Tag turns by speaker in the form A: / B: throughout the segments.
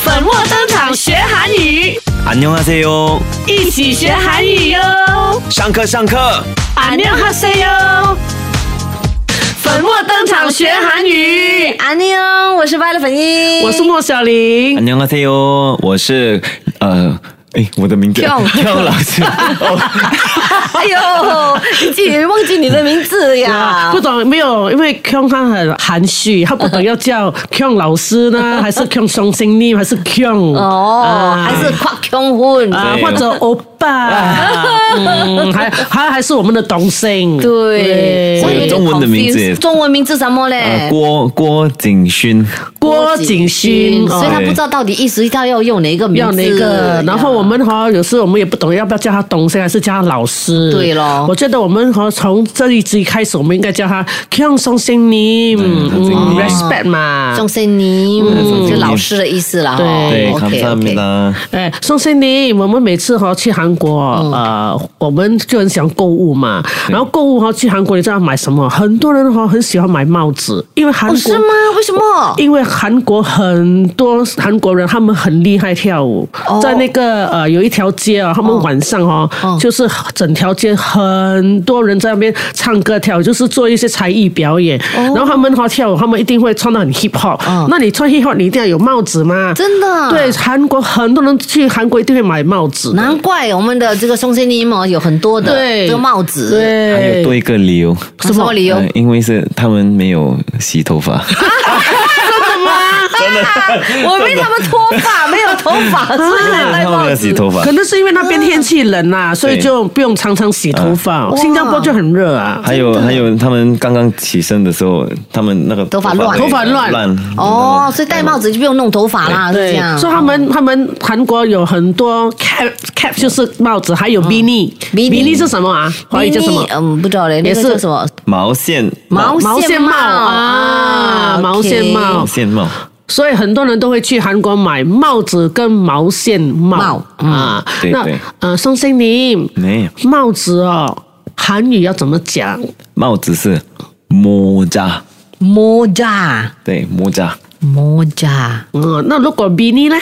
A: 粉墨登场学韩语，
B: 안녕하세요，
A: 一起学韩语哟！
B: 上课上课。
A: 안녕하세요。粉墨登场学韩语，
C: 安妮哦，我是歪了粉一，
A: 我是莫小
B: 안녕哈세哟，我是呃，哎，我的名字
C: 跳
B: 跳老师。哦
C: 哎呦，你竟然忘记你的名字
A: 啊
C: 呀！，
A: 不懂没有？因为 Kyung 他很含蓄，他不懂要叫 Kyung 老师呢，还是 Kyung 双星呢，还是 Kyung
C: 哦，还是夸胸混，
A: 啊，
B: 对
A: 或者欧巴，嗯，还还还是我们的童星，
B: 我
C: 对，所以
B: 有
C: 点
B: 中文的名字
C: confused 中文名字什么
B: 呃
C: 嘞？
B: 郭郭景勋，
A: 哦郭景勋，
C: 所以
A: 哦
C: 他不知道到底意思到要用哪一个名
A: 要
C: 字，
A: 那个，然后我们哈，有时我们也不懂要不要叫他东升还是叫他老师。
C: 对咯
A: 我觉得我们哈从这一集开始，我们应该叫他 Kyung Song Sing Nim，
B: 嗯
A: 嗯，respect 嘛。
C: 钟森尼，嗯
B: 嗯
C: 就老师的意思哦了哈。
B: 对，
C: o
B: 康
C: k
B: 萨
C: o
B: 米
C: k
B: 达，
A: 哎，宋森林，我们每次哈、去韩国，
C: 嗯
A: 呃，我们就很喜欢购物嘛。然后购物哈、去韩国，你知道买什么？很多人哈、很喜欢买帽子，因为韩
C: 哦，
A: 国、
C: 是吗？为什么？
A: 因为韩国很多韩国人，他们很厉害跳舞，
C: 哦
A: 在那个呃有一条街啊、他们晚上哦，
C: 哦
A: 就是整条街很多人在那边唱歌跳舞，就是做一些才艺表演。
C: 哦
A: 然后他们哈、跳舞，他们一定会穿的很 hip hop、
C: 嗯
A: 那你穿 hip hop，你一定要有帽子嘛？
C: 真的
A: 对，韩国很多人去韩国一定会买帽子。
C: 难怪我们的这个松森尼嘛有很多的
A: 对
C: 这个帽子，
B: 还有
A: 对，
B: 多一个理由，
C: 什么理由
B: 呃？因为是他们没有洗头发，
C: 我被他们脱发，没有头发，所以才戴
B: 他们没
C: 帽
B: 有
C: 子
B: 洗。头发
A: 可。能是因为那
C: 啊
A: 边天气冷啦、所以
B: 对
A: 就不用常常洗头发。哦新加坡就很热啊。
B: 还有还有，他们刚刚起身的时候，他们那个
C: 头发乱
B: 会
A: 头发乱
B: 乱
C: 哦，所以戴帽子就不用弄头发啦，啊是这
A: 对，
C: 样。哦
A: 所以他们他们韩国有很多 cap cap 就是帽子，
C: 哦
A: 还有 beanie
C: beanie
A: beanie 是什么啊？华语叫什么？
C: 嗯，不知道嘞，那
A: 也
C: 个
A: 是
C: 叫什么？
B: 毛线
C: 毛
A: 毛线
C: 线帽
A: 帽啊，
C: 啊
A: 毛
C: OK
A: 线帽
B: 毛。线帽，
A: 所以很多人都会去韩国买帽子跟毛线帽
C: 帽嗯
A: 啊。
B: 对
A: 那
B: 对
A: 呃，宋欣宁，
B: 没有
A: 帽子哦，韩语要怎么讲？
B: 帽子是摸扎，
C: 莫扎，
B: 对摸扎。
C: 莫扎，
A: 嗯，那如果 beanie 呢？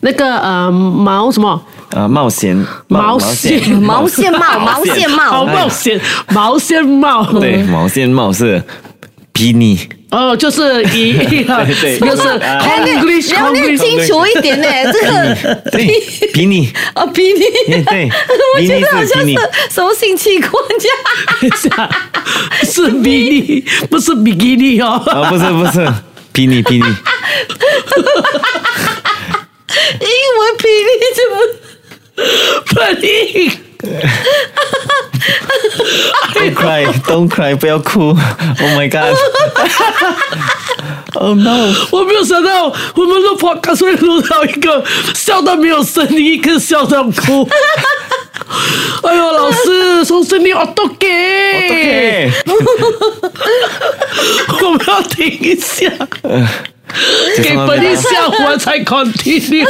A: 那个呃毛什么
B: 啊，冒险，
A: 毛线
C: 毛 线帽，毛线
A: 好
C: 帽，
A: 冒险毛线帽？
B: 对，毛线帽是比你
A: 哦，就是 一，
B: 对对啊
A: 就是
C: 哎你
A: English
C: 你要念
A: English。
C: 清楚一点 呢，这个
B: 对，比你，
C: 啊，比你，
B: 耶对
C: 我觉
B: 比
C: 得好
B: 你是
C: 像
B: 比
C: 是
B: 你，
C: 什么性器官这样。
A: 是比你，不是比基尼哦。
B: 啊，不是不是，比你比你，
C: 英文比例怎么？
A: 比你，
B: Don't cry, don't cry，不要哭。Oh my god. Oh no.
A: 我没有想到我们的 podcast 会录到一个笑到没有声音，一个笑到哭。 哎呦，老师，从声音我都给，
B: OK，
A: 我们要停一下，给本一笑我才 continue。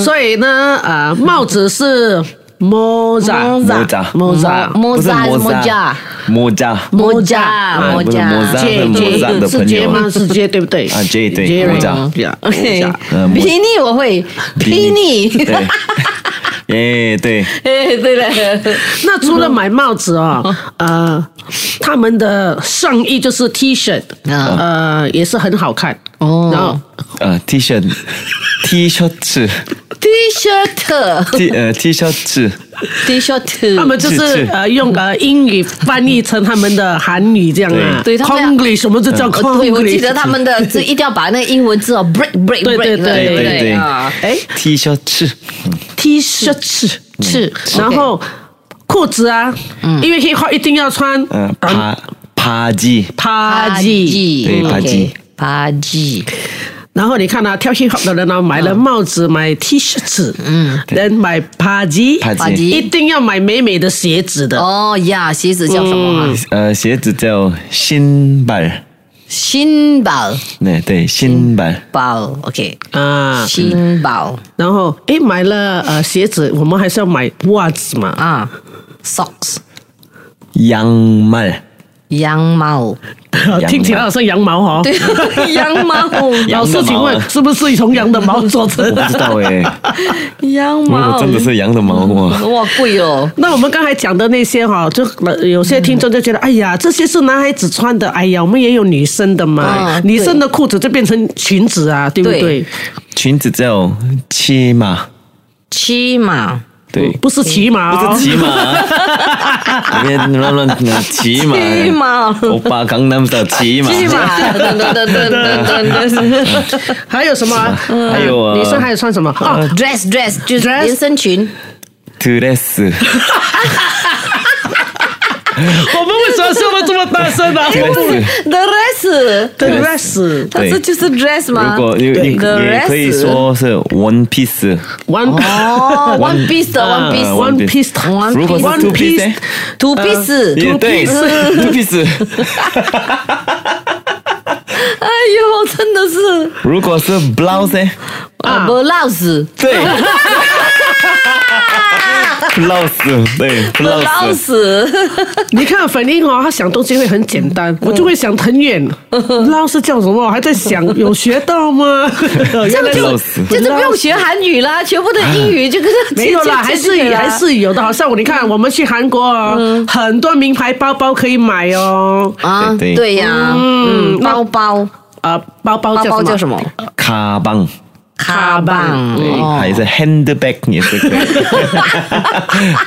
A: 所以呢，呃，帽子是 moza，
B: 莫扎，
A: 莫扎
C: 莫扎
B: 嗯不是
C: 莫扎，
B: 莫扎，
C: 莫 扎，
B: 哎
C: 莫
B: 不是
A: 啊
C: 扎，
B: 莫扎
A: 杰
B: 是莫扎的
A: 是
B: 朋
A: 杰吗？
B: 友，
A: 是杰对不对？
B: 啊，J，对
A: 杰
B: 莫 扎
A: 嗯，yeah，莫
C: OK，
A: 扎。
B: 呃莫
C: 比你我会，比你，
B: 对，耶，对，
C: 哎，对了，
A: 那除了买帽子 哦，呃，他们的上衣就是 T 恤，
B: 哦
C: 啊
A: 呃，也是很好看。
C: 哦
A: 然后
B: 呃，T 恤，T 恤是
C: T shirt，T
B: T 呃 T 恤是
C: shirt，
A: 他们就是是
B: 是
A: 呃用呃英语翻译成他们的韩语这样啊，
C: 对对他们
A: Konglish，我们就叫
C: 哦对，我记得
A: Konglish。
C: 他们的这一定要把那个英文字哦，break break
A: 对
C: break，
A: 对对
C: 不
B: 对对
C: 啊，嗯
A: 哎
B: T 恤是，
A: ，T 恤，
C: 是，
A: 然后裤子啊，
C: 嗯
A: 因为 hip hop 一定要穿嗯
B: 呃帕帕基，
A: 趴机。
C: Paji，嗯
B: 对，Paji
C: ，Paji，
A: 然后你看啊，跳 hip hop 的人呢、买
B: 嗯
A: 了帽子，买 T 恤，嗯，then 买帕基，
B: 帕
C: 帕基
B: 基，
A: 一定要买美美的鞋子的。
C: 哦呀，鞋子叫什么啊
B: 呃，鞋子叫新版，
C: 新宝
B: 对对，新版，
C: 宝，OK，
A: 啊，
C: 新宝
A: 然后诶买了呃鞋子，我们还 是要买袜子嘛。
C: 啊，socks，
B: 羊麦，
C: 羊毛，
B: 毛
A: 听起来好像羊毛哦哈。
C: 对，羊毛，
A: 老师，
B: 羊的毛啊
A: 请问是不是从羊的毛做成
B: 我
A: 的
B: 不知？道哎、
C: 羊
B: 如
C: 毛
B: 果真的是羊的毛哇，
C: 哇贵哦。
A: 那我们刚才讲的那些哈，就呃有些听众就觉得，哎
B: 嗯
A: 呀，这些是男孩子穿的，哎呀，我们也有女生的嘛，
C: 嗯
A: 女生的裤子就变成裙子啊，对不对？
C: 对
B: 裙子叫骑马，
C: 七嘛，
B: 对，
A: 不是骑马、哦，
B: 不是骑马，别乱乱骑马，
C: 七嘛，
B: 欧巴刚那么的骑马，
C: 七嘛，等等等等等等等
A: 还有什么啊？
B: 还有啊
A: 女生还有穿什么？哦，
C: ，dress dress 就是
A: Dress
C: 连身裙，
B: dress，
A: 我们为什么笑得这么大声 呢、啊？
B: 因为
C: the dress，
A: The dress
C: 它这就是 dress 嘛。
B: 如果你你
C: The
B: 也可以
C: dress
B: 说是 one piece，
A: one
C: 哦，one piece 的 one
A: 啊
C: piece。
A: one
B: one
A: piece
B: piece
C: One
B: 如果是
A: One
B: two
A: piece
B: piece，呢
C: Two piece，
B: 也
A: two
B: 对
A: piece
B: two piece。
C: 哎呦，真的是
B: 如果是 blouse，呢
C: 啊，blouse，
B: 对，blouse，对 blouse，
A: 你看粉英哦，他想东西会很简单，我就会想很 远。不知道是叫什么，我还在想有学到吗？
C: 这
A: 原
C: 样
A: 来
C: 就
B: blouse
C: 就是不用学韩语啦，全部的英语就跟他
A: 没有啦，还是
C: 直接就可以
A: 有
C: 啦
A: 还是有的。好像我你看，我们去韩国哦，很多名牌包包可以买哦。
C: 啊，
B: 对对
C: 对呀，嗯，
A: 那
C: 包包
A: 啊，包包
C: 包
A: 叫
C: 包叫什
A: 么？
C: 么？
B: 卡邦，
A: 卡邦
B: 对，还是 아, handbag 也是 可以，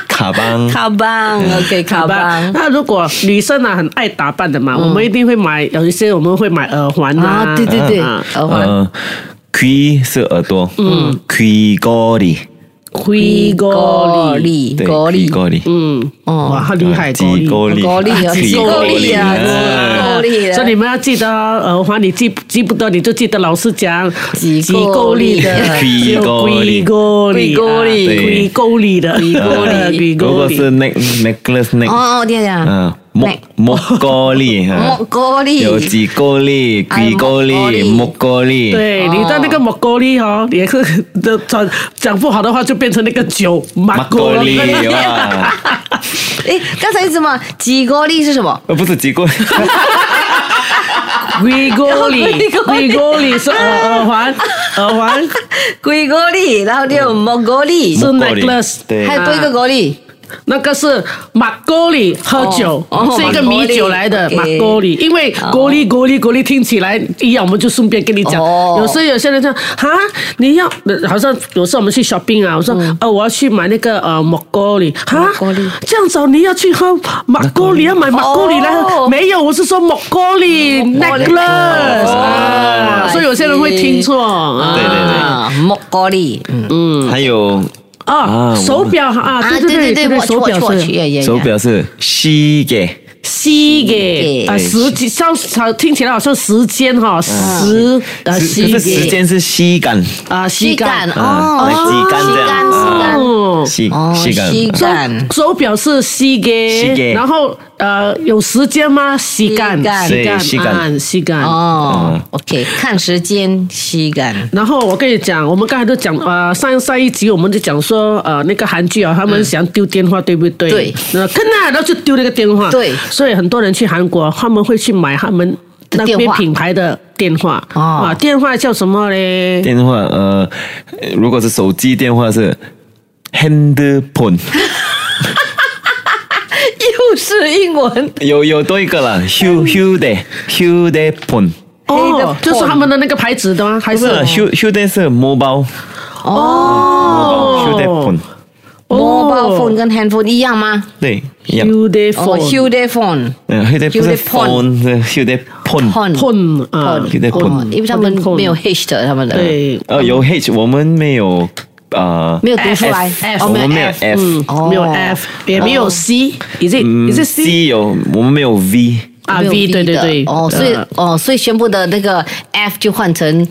B: 卡嗯邦，
C: 卡邦，OK，卡邦。
A: 那如果女生啊很爱打扮的嘛，我们一定会买有一些我们会买耳环啊，
C: 嗯啊，对对对，
A: 啊
B: 어,
C: 耳环
B: 呃귀是耳朵，嗯，귀걸이，
A: 啊灰高丽，
C: 力
B: 对，
C: 高力
B: 귀，걸이， 음. 아, 어,
A: 嗯，哇，
C: 哦，
A: 他厉害，高丽。
B: 귀걸이 아,
C: 高力啊，
B: 귀
C: 高力
B: 걸
C: 啊，
B: 이
C: 高力
A: 所以你们要记得哦耳环，你记记不得你就记得老师讲
C: 几
A: 够力的，
B: 几够力
A: 够力，
C: 几够力
B: 啊
A: 几够力的，几
C: 够 力
A: 几
B: 如
A: 够
B: 果
A: 力。
B: 是 neck necklace neck，
C: 哦，对呀，
B: 嗯，목목걸이，哈
C: 莫高力，
B: 嗯啊有几걸이
C: 哎
B: 귀걸이
C: 목걸이
B: 목걸이，
A: 对，你的那个马格利哦，也是 的，讲讲不好的话就变成那个酒马
B: 막걸리
A: 格利
B: 哇，
C: 哎，刚才什么？几高力是什么？
B: 呃，不是几걸이
A: 维格利，维格利 是耳耳环，耳环
C: 鬼高力，然后就莫高力，
A: 是
B: 莫格利
A: necklace，
B: 对
C: 还有多一个高力，
A: 那个是马格利喝酒
C: 哦哦，
A: 是一个米酒来的马
C: 马
A: 格
C: 格
A: 利，因为格利格利格利听起来一样，我们就顺便跟你讲。
C: 哦
A: 有时候有些人说啊，你要好像有时候我们去 shopping 啊，我说
C: 嗯
A: 哦我要去买那个呃马格利啊
C: 格利，
A: 这样子哦你要去喝马格利，要买马格利来喝，
C: 嗯哦
A: 没有，我是说马格利
C: 马格利
A: necklace，啊
C: 哦
A: 所以有些人会听错啊。
B: 对对对
C: 啊，莫高力，嗯
B: 还有
A: 啊，
B: 啊
A: 手表啊，对对对对，
C: 我
A: 手
C: 错
A: 表
C: 错
A: 是
C: 去，。也也
B: 手表是시계，
A: 西给
C: 对
A: 啊，时间像好听起来好像时间哈，时啊
B: 是可
A: 西
B: 是时
A: 给
B: 间是시간，
A: 啊
C: 膝
A: 西
C: 盖
A: 干啊
C: 哦，
B: 来吸干这样
C: 吸干
A: 哦，
B: 시시
C: 吸干，哦，吸
B: 간，
C: 干，
A: 手表是西
B: 膝
A: 给，
B: 盖
A: 然后呃有时间吗？西干
C: 膝盖
B: 对
A: 西
B: 膝
A: 干
B: 盖
A: 啊西干。
C: 哦，OK，看
B: 嗯
C: 时间，吸 干，
A: 然后我跟你讲，我们刚才都讲，呃，上上一集我们就讲说，呃，那个韩剧啊，他们想丢电话，对不对？
C: 对
A: 那看啊，然后就丢那个电话。
C: 对
A: 所以很多人去韩国，他们会去买他们那边
C: 电话
A: 品牌的电话。
C: 哦
A: 啊，电话叫什么嘞？
B: 电话呃，如果是手机电话是 handphone，
C: 又是英文，
B: 有有多一个了휴휴대휴대폰，
C: 黑的
A: 哦
C: 폰，
A: 就是他们的那个牌子的吗？还
B: 不
A: 是
B: 是휴휴대是 mobile，휴대폰，
A: 哦
B: 哦
C: 摩拜 phone 跟 handphone 一样吗？
B: 对，一样，
A: u d a
C: 哦
A: phone，
C: ，Huawei phone，
B: 嗯，휴대不是
C: 휴대폰
B: 휴대폰，
C: phone
A: phone 啊，
B: 휴대폰
C: 哦因为他们没有 H 的，他们的
A: 对，
B: 呃，有 H，我们没有呃，
C: 没有读出来
A: Oh， F，
C: 哦
B: 我们没有 F，
A: 嗯，
C: 哦
A: 没有 F，也没有 C，也是也是 C
B: 嗯 C 有，我们没有 V，
A: 啊
C: 没有
A: V，
C: V
A: 对对
C: 的
A: 对，
C: 哦，所以
A: 呃
C: 哦，所以宣布的那个 F 就换成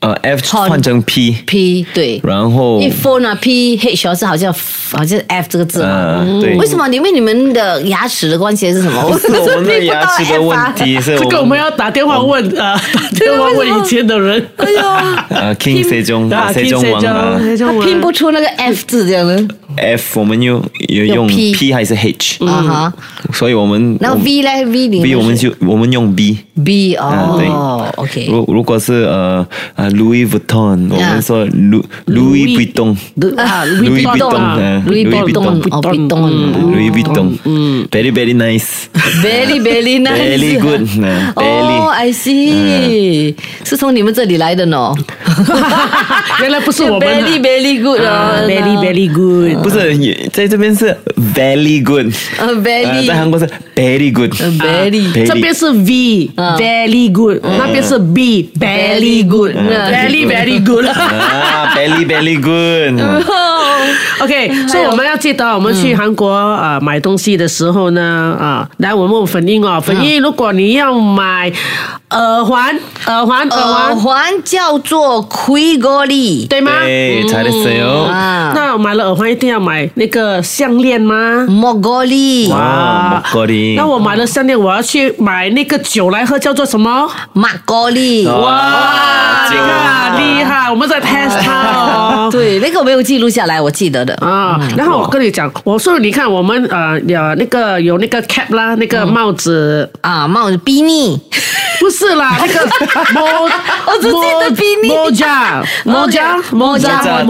B: 呃 F
C: 换
B: 换成 P，
C: P 对，
B: 然后
C: 一 phone 啊 P H 是好像好像 F 这个字嘛，
B: 嗯对
C: 为什么？因为你们的牙齿的关系还是什么？
B: 不是 我们的
C: 拼不到
B: 牙齿的
C: F
B: 问
C: 啊。
B: 题，是
A: 这个我们要打电话问啊， 打电话问以前的人。
C: 哎呀，
B: 呃 King
C: 拼
B: C 中
A: 啊，
B: C 中王啊
A: 谁
C: 他
A: 中文
C: 拼不出那个 F 字这样的
B: F 我们又有
C: 用
B: 用
C: P
B: P 还是 H，
C: 啊哈。
B: 所以我们
C: 然后
B: 我们
C: V 呢？V 里
B: B 嗯
C: 面
B: 我们
C: 是
B: 就我们用 B。
C: B
B: 啊对
C: 哦，OK。
B: 如如果是呃呃 Louis Vuitton，我
C: 아.
B: 们说 Lu Louis
A: Louis
B: Vuitton。
C: 啊
B: ，Louis
C: Vuitton
B: Vuitton，
C: 啊
B: 嗯
C: ，Louis
B: Louis
C: Vuitton，
B: Vuitton
C: 哦，Vuitton，
A: 嗯
B: Louis Vuitton，very very nice，
C: very very 음, nice， 어, 아.
B: Very good，嗯，very
C: 哦，I see，是从你们这里来的呢，
A: 原来不是我们
C: very very good
A: 啊
C: 哦
A: ，very very good。
C: 嗯
B: 不是也在这边是 very good， 아,
C: 呃
B: 呃在韩
C: 어, ，very
B: 国是 very good， 아,
C: 呃 very
A: 这边是 V
C: 嗯
A: very good，那边是 B very good
C: 嗯
A: very very good。
B: 啊 아, very very good，嗯
C: 어,
A: OK，所以我们要记得，我们去韩国啊、呃买东西的时候呢，啊、来我们问粉印哦，粉印，如果你要买耳环，耳环，耳环，
C: 耳环 Oh，叫做 Quigoli，
A: 对吗？嗯
B: 对， 네,
C: 음.
B: 잘했어요，
C: 啊
A: 那我买了耳环一定要买那个项链吗？
C: ，Mogoli，
B: 哇，목걸이，
A: 那我买了项链，我要去买那个酒来喝，叫做什么？
C: 马高
B: 어,
C: 利。
B: Ah.
A: 哇，
B: 酒
A: 你看厉害，我们在 test 它 哦。
C: 对，那个我没有记录下来，我记得的。
A: 啊，
B: 嗯
A: 然后我跟你讲，我说你看我们呃有那个有那个 cap 啦，那个帽子，
C: 啊，帽子 b i
A: 不是 啦，那个 mo，
C: 我只记得比你哦
A: moja moja moja
B: 摩
A: moja
B: 扎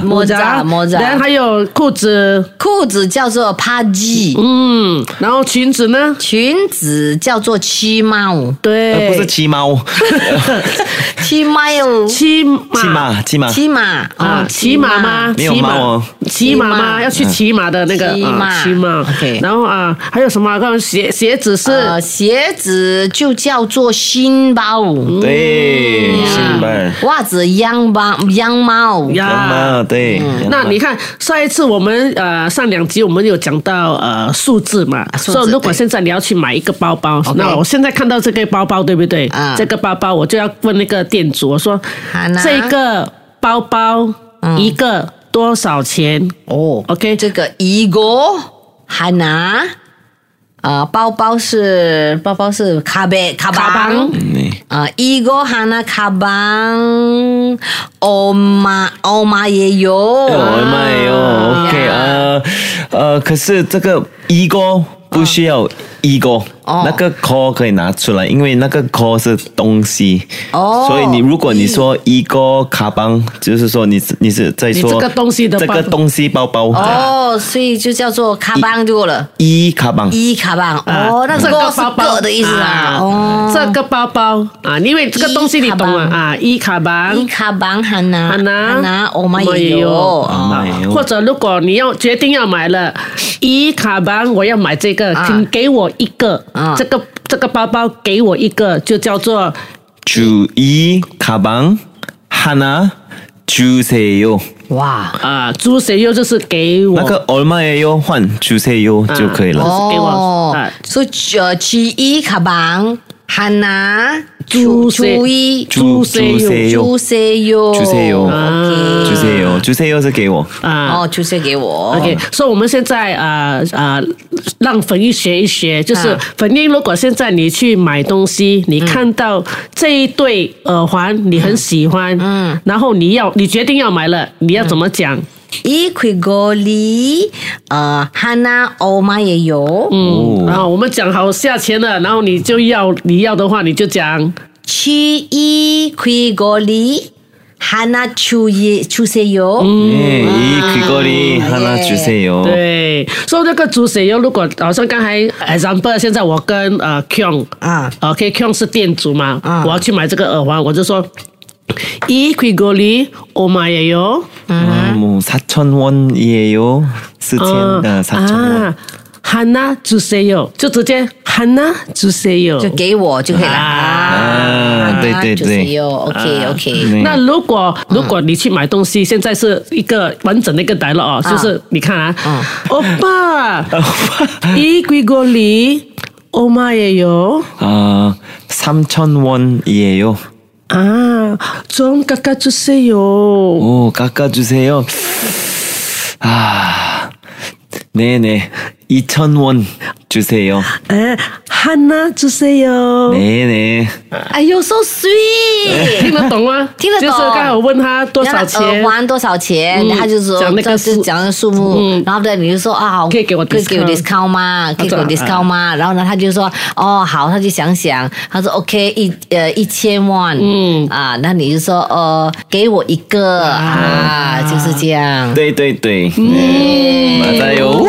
C: 摩扎摩扎，
A: 然后还有裤子，
C: 裤子叫做 Pagi，
A: 嗯，然后裙子呢？
C: 裙子叫做 Chimao，
B: 呃
A: 对，
C: 네.
B: 不是七猫，
C: Chimao，
A: 骑马，
B: 七马七马，
C: 骑马
A: 啊，骑马吗？
B: 没有
A: 骑马
B: 猫哦
A: 骑马
C: 哦骑
A: 吗？
C: 马
A: 要去骑马的那个
C: 骑
A: 啊
C: 马
A: 骑马
C: OK
A: 然后啊，还有什么？刚刚鞋鞋子是
C: 呃，鞋子就叫做新包，
B: 对，
C: 음.
B: 新版，
C: 袜子羊包羊毛，
A: 呀
B: 妈妈对，
C: 음.
A: 那你看上一次我们呃上两集我们有讲到呃数字嘛，
C: 啊数字
A: 所以如果
C: 对
A: 现在你要去买一个包包，那我现在看到这个包包对不对
C: 啊？
A: 这个包包我就要问那个店主，我说
C: 好呢
A: 这个包包一个多少钱
C: 哦
A: ？OK，
C: 这个一个还拿。啊、包包是包包是卡贝卡
A: 卡
C: 邦
A: 邦，
B: 네
C: 啊、一个还拿卡邦，哦欧玛欧玛也有，
B: 얼마예요？OK 아, 呃呃，可是这个一个不需要一个，
C: 哦
B: 那个 call 可以拿出来，因为那个 call 是东西。
C: 哦
B: 所以你如果你说一个卡邦，就是说你是你是在
A: 你
B: 说
A: 这个东西的包
B: 这个东西包包。
C: 哦，所以就叫做卡邦就够了，
B: 一卡邦，
C: 一卡邦，哦，那
A: 啊这
C: 个
A: 个
C: 是
A: 包包
C: 个的意思啊，
A: 啊
C: 哦，
A: 这个包包啊，因为这个东西你懂
C: 一卡
A: 啊
C: 邦
A: 啊，一卡邦
C: 一卡邦还拿
A: 啊拿
C: 还拿欧玛也
A: 也有
C: 有，
B: 啊
C: 哦
A: 啊
B: 哎呦
A: 或者如果你要决定要买了，一卡邦我要买这个，
C: 啊
A: 请给我一个
C: 啊，
A: 这个这个包包给我一个，就叫做
B: 주이가방하나주세요。
C: 哇，
A: 啊，猪谁又就是给我
B: 那个얼마예요换주세요就可以了。
A: 给我
C: 哦
B: 아.
A: 啊，
C: 所以呃，其一卡邦汉拿
A: 猪
C: 初
A: 塞
C: 一
B: 주주
A: 주
B: 세
A: 세
B: 요
C: 猪塞哟，
B: 주세요
C: OK，
B: 아. 주세 아. 요주세요是给我。
A: 啊。
C: 哦，猪塞给我
A: OK，所以我们现在啊啊、呃让粉玉学一学，就是
C: 啊
A: 粉玉，如果现在你去买东西，你看到这一对耳环，你很喜欢，嗯，然后你要你决定要买了，你要怎么讲？
C: 一块高里，
A: 어,
C: 呃，汉拿欧玛也有，
A: 嗯，
B: 哦
A: 然后我们讲好价钱了，然后你就要你要的话，你就讲
C: 七一块高里，汉拿初一猪塞哟，
B: 예, 이 귀걸이 하나
C: 예.
A: 哦
B: 주세요.
A: 对，所以那个猪血油，如果好像刚才 example，现在我跟呃 Kyung
C: 啊
A: ，OK Kyung 是店主嘛，
C: 啊
A: 我要去买这个耳环，我就说。이귀걸이오마예요
B: 아, 뭐 4천 원이에요. 스첸
A: 嗯
B: 아, 4천
A: 啊
B: 원.
A: 하나주세요，就直接하나주세요。
C: 就给我就可以了
B: 아. 啊对对对
C: 猪塞哟，OK
B: 对
C: OK，
A: 那如果如果你去买东西，现在是一个完整的一个 dialog 哦，就是你看啊
C: 嗯，
A: 欧巴，이귀걸이오마예요，
B: 아, 3천 원이에요.
A: 아, 좀 깎아주세요.
B: 오, 깎아주세요. 아, 네네. 2,000원 주세요.
A: 에, 하나
B: 어?
A: 주세요.
B: 네네.
C: 哎呦，so sweet，
A: 听得懂吗？
C: 听得懂
A: 就是刚才我问他 多少
C: 然后呃
A: 钱，
C: 玩多少钱？
A: 嗯
C: 他就说
A: 讲那个
C: 这这
A: 数嗯
C: 讲的数目，然后呢你就说啊，
A: 可以给我
C: 可以给我
A: discount
C: discount 吗？可以给我
A: 他嗯说
C: discount 吗？然后呢他就说哦好，他就想想，他说 OK 一呃一千万，嗯啊，那你就说呃给我一个啊，就是这样。
B: 네, 对对对. 네. 맞아요.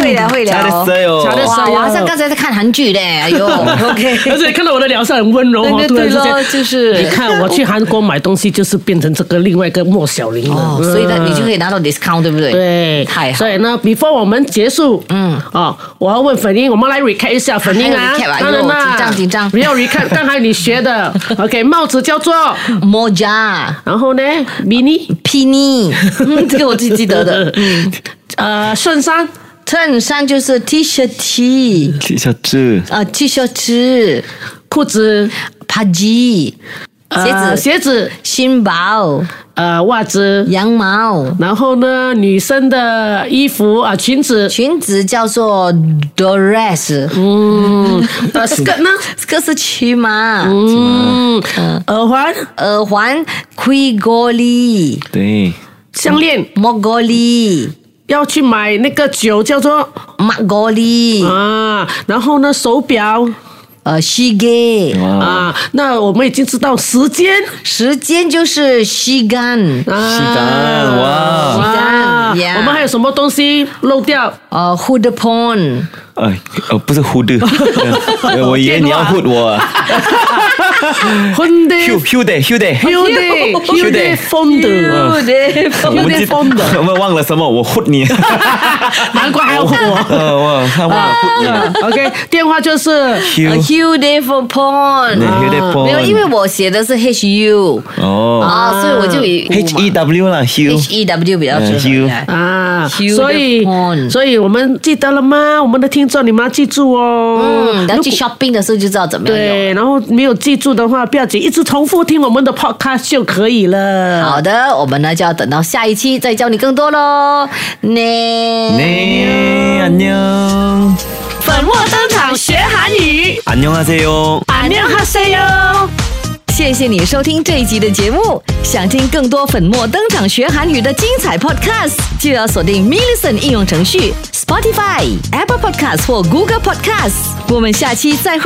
C: 会聊会聊，
B: 잘했어요.
A: 잘했어.
C: 哇，我好像刚才在看韩剧嘞，哎呦 ，OK，
A: 而且看到我的脸上很温柔哦，
C: 对对
A: 突然
C: 对
A: 之
C: 咯，
A: 间。
C: 就是
A: 你看，我去韩国买东西就是变成这个另外一个莫小玲了，
C: 哦，
A: 嗯
C: 所以呢，你就可以拿到 discount，对不对？
A: 对，
C: 太好
A: 所。以呢，before 我们结束，嗯，哦，我要问粉英，我们来 recap 一下粉英啊
C: 还有 recap 啊，
A: 当然啦，
C: 哟紧张紧张
A: 不要 recap，刚才你学 的，OK，帽子叫做，
C: Moja
A: 然后呢，mini，
C: Pini，嗯， 这个我最记得的。嗯，
A: 呃，衬衫，
C: 衬衫就是 T 恤 T，
B: 티셔츠.
C: 啊 T 恤 T，
A: 裤子，
C: 帕基，鞋
A: 呃
C: 子、
A: 鞋子，
C: 新包、
A: 呃，袜子，
C: 羊毛，
A: 然后呢，女生的衣服啊，裙子，
C: 裙子叫做 dress，
A: 嗯，呃，skirt 呢，
C: 这个是曲嘛？
A: 嗯，耳环、
C: 耳环 Kui Goli
B: 네.
A: 项链，
C: Mogoli
A: 要去买那个酒叫做
C: Magoli，
A: 啊，然后呢，手表。
C: 呃 Shige，
B: 와.
A: 啊，那我们已经知道时间
C: 时间就是 Shigan，
A: 啊，
B: 시간, 와.
A: 와
C: 시간, 야.
A: 我们还有什么东西漏掉？
C: 呃 Hudapon。
B: 아, 어, 不是후드. 我以为你要훗我.
A: 婚的
B: 휴, 휴대, 휴대.
A: ，U 的，U 的，风的，
C: Beautiful，
B: 我们记- 我们忘了什么，我훗你.
A: 难怪还要火。
B: 呃，我看忘了훗你.
A: OK，电话就是。
B: 휴.
C: beautiful
B: 네,
C: porn。
B: 휴대폰.
C: 没有，因为我写的是 H U
B: 어.
C: 啊，所以我就以
B: 哦 H E W 啦，Hugh，
C: H E W 比较
B: 呃
C: 适
B: Hugh
C: 合。
A: 啊，
C: Hugh
A: 所以
C: the Pawn
A: 所以我们记得了吗？我们的听众，你们要记住哦。
C: 嗯，然后去 shopping 的时候就知道怎么样用。
A: 对，然后没有记住的话，不要紧，一直重复听我们的 podcast 就可以了。
C: 好的，我们呢就要等到下一期再教你更多喽。呢，
B: 네안녕
A: 粉墨登场学韩语，
B: 안녕하세요
A: 안녕하세요。
C: 谢谢你收听这一集的节目。想听更多粉墨登场学韩语的精彩 podcast，就要锁定 m i l l i c e n 应用程序、Spotify、Apple Podcast 或 Google Podcast。我们下期再会。